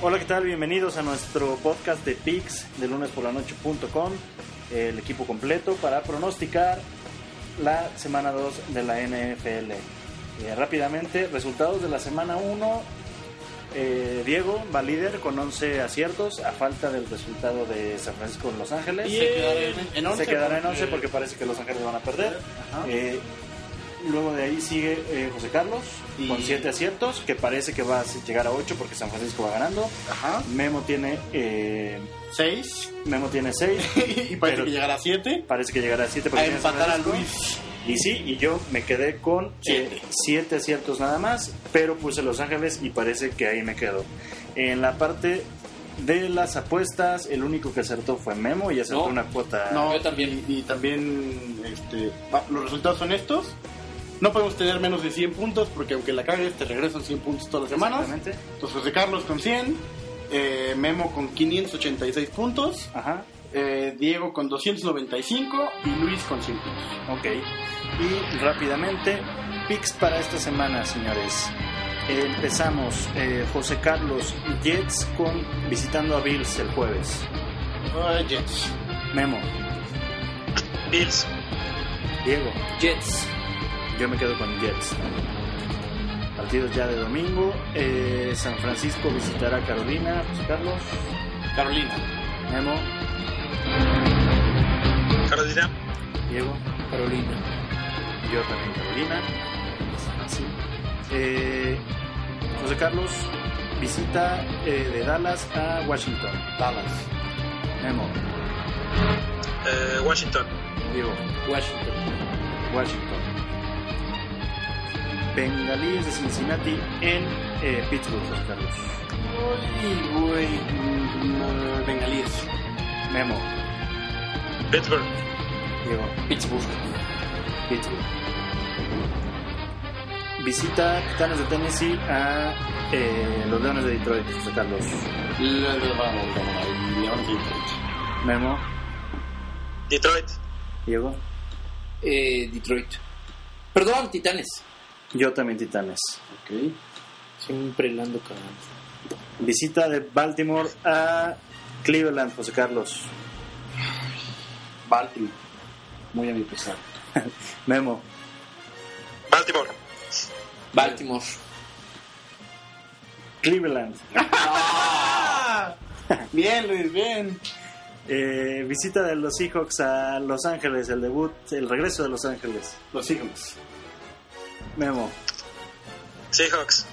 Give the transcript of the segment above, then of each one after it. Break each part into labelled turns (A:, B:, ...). A: Hola, ¿qué tal? Bienvenidos a nuestro podcast de PIX de lunesporlanoche.com, el equipo completo para pronosticar la semana 2 de la NFL. Eh, rápidamente, resultados de la semana 1. eh, Diego va líder con 11 aciertos a falta del resultado de San Francisco en Los Ángeles.
B: Se quedará en- en once,
A: Se quedará en
B: porque-
A: 11 porque parece que Los Ángeles van a perder.
B: Ajá.
A: Eh, luego de ahí sigue eh, José Carlos
B: Y-
A: con 7 aciertos, que parece que va a llegar a 8 porque San Francisco va ganando.
B: Ajá.
A: Memo tiene eh,
B: 6.
A: Memo tiene 6.
B: y parece
A: Pero-
B: que llegará a 7.
A: Parece que llegará a 7
B: A empatar a Luis.
A: Y sí, y yo me quedé con
B: Siete.
A: 7 aciertos nada más, pero puse Los Ángeles y parece que ahí me quedo. En la parte de las apuestas, el único que acertó fue Memo y acertó
B: No.
A: una cuota.
B: No, yo también. Y, y también este, va, los resultados son estos. No podemos tener menos de 100 puntos porque aunque la cagues te regresan 100 puntos todas las semanas.
A: Exactamente.
B: Entonces José Carlos con 100, eh, Memo con 586 puntos,
A: Ajá,
B: eh, Diego con 295 y Luis con 100 puntos.
A: ok. Y rápidamente, picks para esta semana, señores. Empezamos eh, José Carlos Jets con visitando a Bills el jueves.
B: Ah, Jets.
A: Memo,
C: Bills,
A: Diego.
D: Jets.
A: Yo me quedo con Jets. Partidos ya de domingo. Eh, San Francisco visitará Carolina. José Carlos,
B: Carolina.
A: Memo,
C: Carolina,
A: Diego.
D: Carolina.
A: Yo también Carolina. Sí. Eh, José Carlos visita eh, de Dallas a Washington.
B: Dallas.
A: Memo,
C: eh, Washington,
A: Diego,
D: Washington.
A: Washington. Bengalíes de Cincinnati en eh, Pittsburgh, José Carlos.
B: Uy, güey. Mm, eh, Bengalíes.
A: Memo,
C: Pittsburgh,
A: Diego.
D: Pittsburgh.
A: Pittsburgh. Visita Titanes de Tennessee a eh, los Leones de Detroit, José Carlos.
B: Le- le- Vamos, vamos, ahí, León y Detroit.
A: Memo,
C: Detroit,
A: Diego.
D: Eh, Detroit. Perdón, Titanes.
A: Yo también Titanes.
B: Ok.
D: Siempre la ando cagando.
A: Visita de Baltimore a Cleveland, José Carlos.
B: Baltimore. Muy a mi pesar.
A: Memo,
C: Baltimore,
D: Baltimore.
A: Cleveland.
B: Ah, Bien, Luis, bien.
A: Eh, visita de los Seahawks a Los Ángeles, el debut, el regreso de Los Ángeles.
B: Los Seahawks.
A: Memo,
C: Seahawks,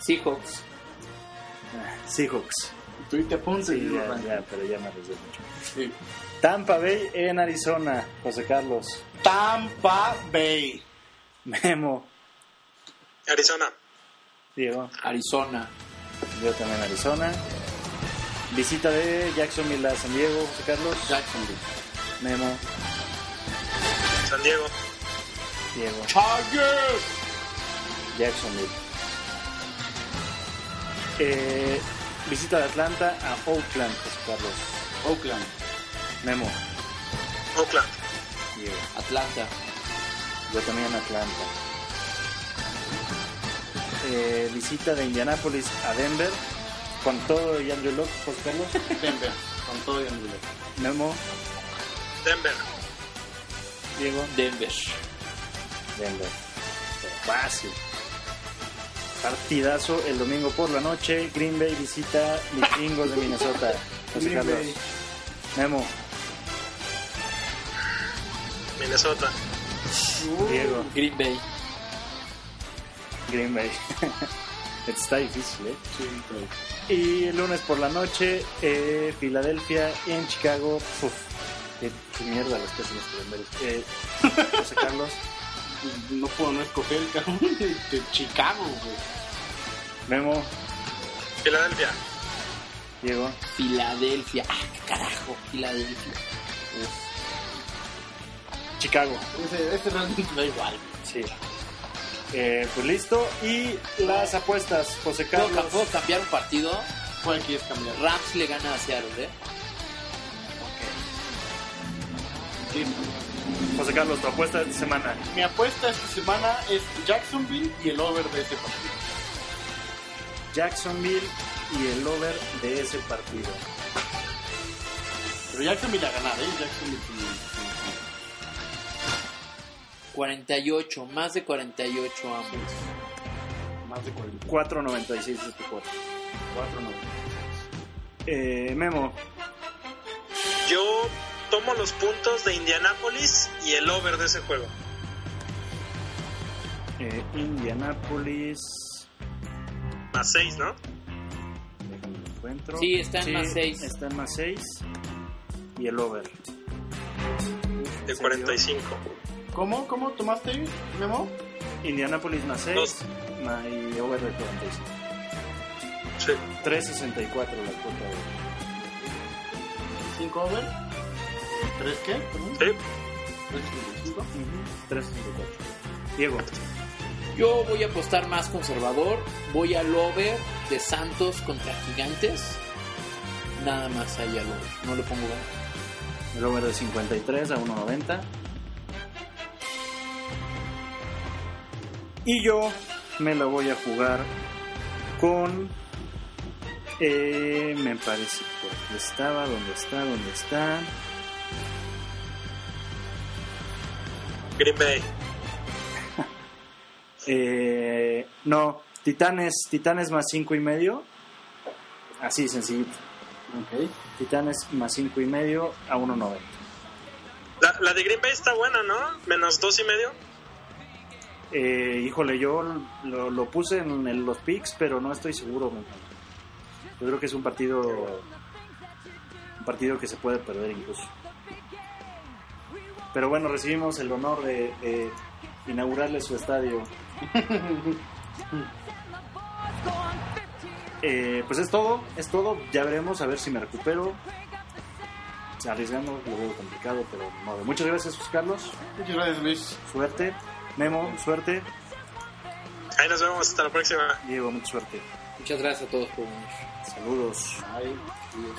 D: Seahawks.
A: eh, Seahawks.
B: Tuviste a Ponce
A: Sí,
B: y
A: ya,
B: Urban.
A: ya, pero ya me arriesgué mucho.
B: Sí.
A: Tampa Bay en Arizona, José Carlos.
B: Tampa Bay.
A: Memo,
C: Arizona,
A: Diego.
D: Arizona.
A: Yo también Arizona. Visita de Jacksonville a San Diego, José Carlos.
B: Jacksonville.
A: Memo,
C: San Diego,
A: Diego,
B: Chargers.
A: Jacksonville. Eh, visita de Atlanta a Oakland, José Carlos.
B: Oakland.
A: Memo,
C: Oakland,
A: Diego.
D: Atlanta.
A: Yo también Atlanta. Eh, visita de Indianapolis a Denver. Con todo y Andrew Locke, José Carlos.
B: Denver. Con todo y Andrés.
A: Memo,
C: Denver,
A: Diego.
D: Denver.
A: Denver. Pero Fácil. Partidazo el domingo por la noche. Green Bay visita vikingos de Minnesota. José
B: Green
A: Carlos.
B: Bay.
A: Memo,
C: Minnesota,
A: Diego,
B: Uh.
D: Green Bay.
A: Green Bay. Está difícil, ¿eh?
B: Sí, está bien.
A: Y el lunes por la noche, eh, Filadelfia en Chicago. Uf, qué, qué mierda los que hacen los calendarios. Eh, José Carlos,
B: No puedo no escoger, cabrón. De Chicago, güey.
A: Memo,
C: Filadelfia.
A: Diego,
D: Filadelfia. Ah, qué carajo, Filadelfia. Uf,
A: Chicago.
B: Ese, ese realmente da igual.
A: Sí. Eh, pues listo. Y las apuestas, José
D: ¿Puedo,
A: Carlos.
D: puedo cambiar un partido?
B: ¿Cuál quieres cambiar?
D: Rams le gana a Seattle, ¿eh?
B: Sí.
A: José Carlos, tu apuesta de esta semana.
B: Mi apuesta esta semana es Jacksonville y el over de ese partido.
A: Jacksonville y el over de ese partido.
B: Pero Jacksonville a ganar, ¿eh? Jacksonville sin- sin-
D: 48, más de 48 ambos.
B: sin más de 40.
A: 4.96 este cuarto. 4.96. Eh, Memo,
C: Yo tomo los puntos de Indianápolis y el over de ese juego.
A: eh, Indianapolis.
C: Más 6, ¿no?
A: déjame lo encuentro.
D: Sí, está en más seis.
A: Está en más 6. Y el over.
C: De
A: ¿En serio?
C: 45.
B: ¿Cómo? ¿Cómo tomaste, Memo?
A: Indianapolis más 6.
C: Dos.
A: Y over de 46.
C: Sí.
A: 3.64 la cuota de.
B: ¿Cinco over? ¿Tres qué? Perdón.
C: Sí.
B: ¿Tres cinco, cinco?
A: 3.64. Diego,
D: Yo voy a apostar más conservador. Voy al over de Santos contra Gigantes. Nada más ahí al over. No le pongo gana.
A: el over de 53 a 1.90. Y yo me la voy a jugar con. eh, me parece por aquí estaba, dónde está, dónde está.
C: Green Bay.
A: Eh, no, Titanes, Titanes más 5 y medio. Así sencillito.
B: Ok.
A: Titanes más 5 y medio a 1.90.
C: La, la de Green Bay está buena, ¿no? Menos dos y medio.
A: Eh, híjole, yo lo, lo puse en el- los picks, pero no estoy seguro. man. Yo creo que es un partido un partido que se puede perder incluso. Pero bueno, recibimos el honor de, de inaugurarle su estadio. Eh, pues es todo, es todo. Ya veremos a ver si me recupero. Arriesgando, lo veo complicado, pero no. Muchas gracias, Carlos.
B: Muchas gracias, Luis.
A: Suerte. Memo, suerte.
C: Ahí nos vemos. Hasta la próxima.
A: Diego, mucha suerte.
D: Muchas gracias a todos por venir.
A: Saludos.
B: Ay, Dios.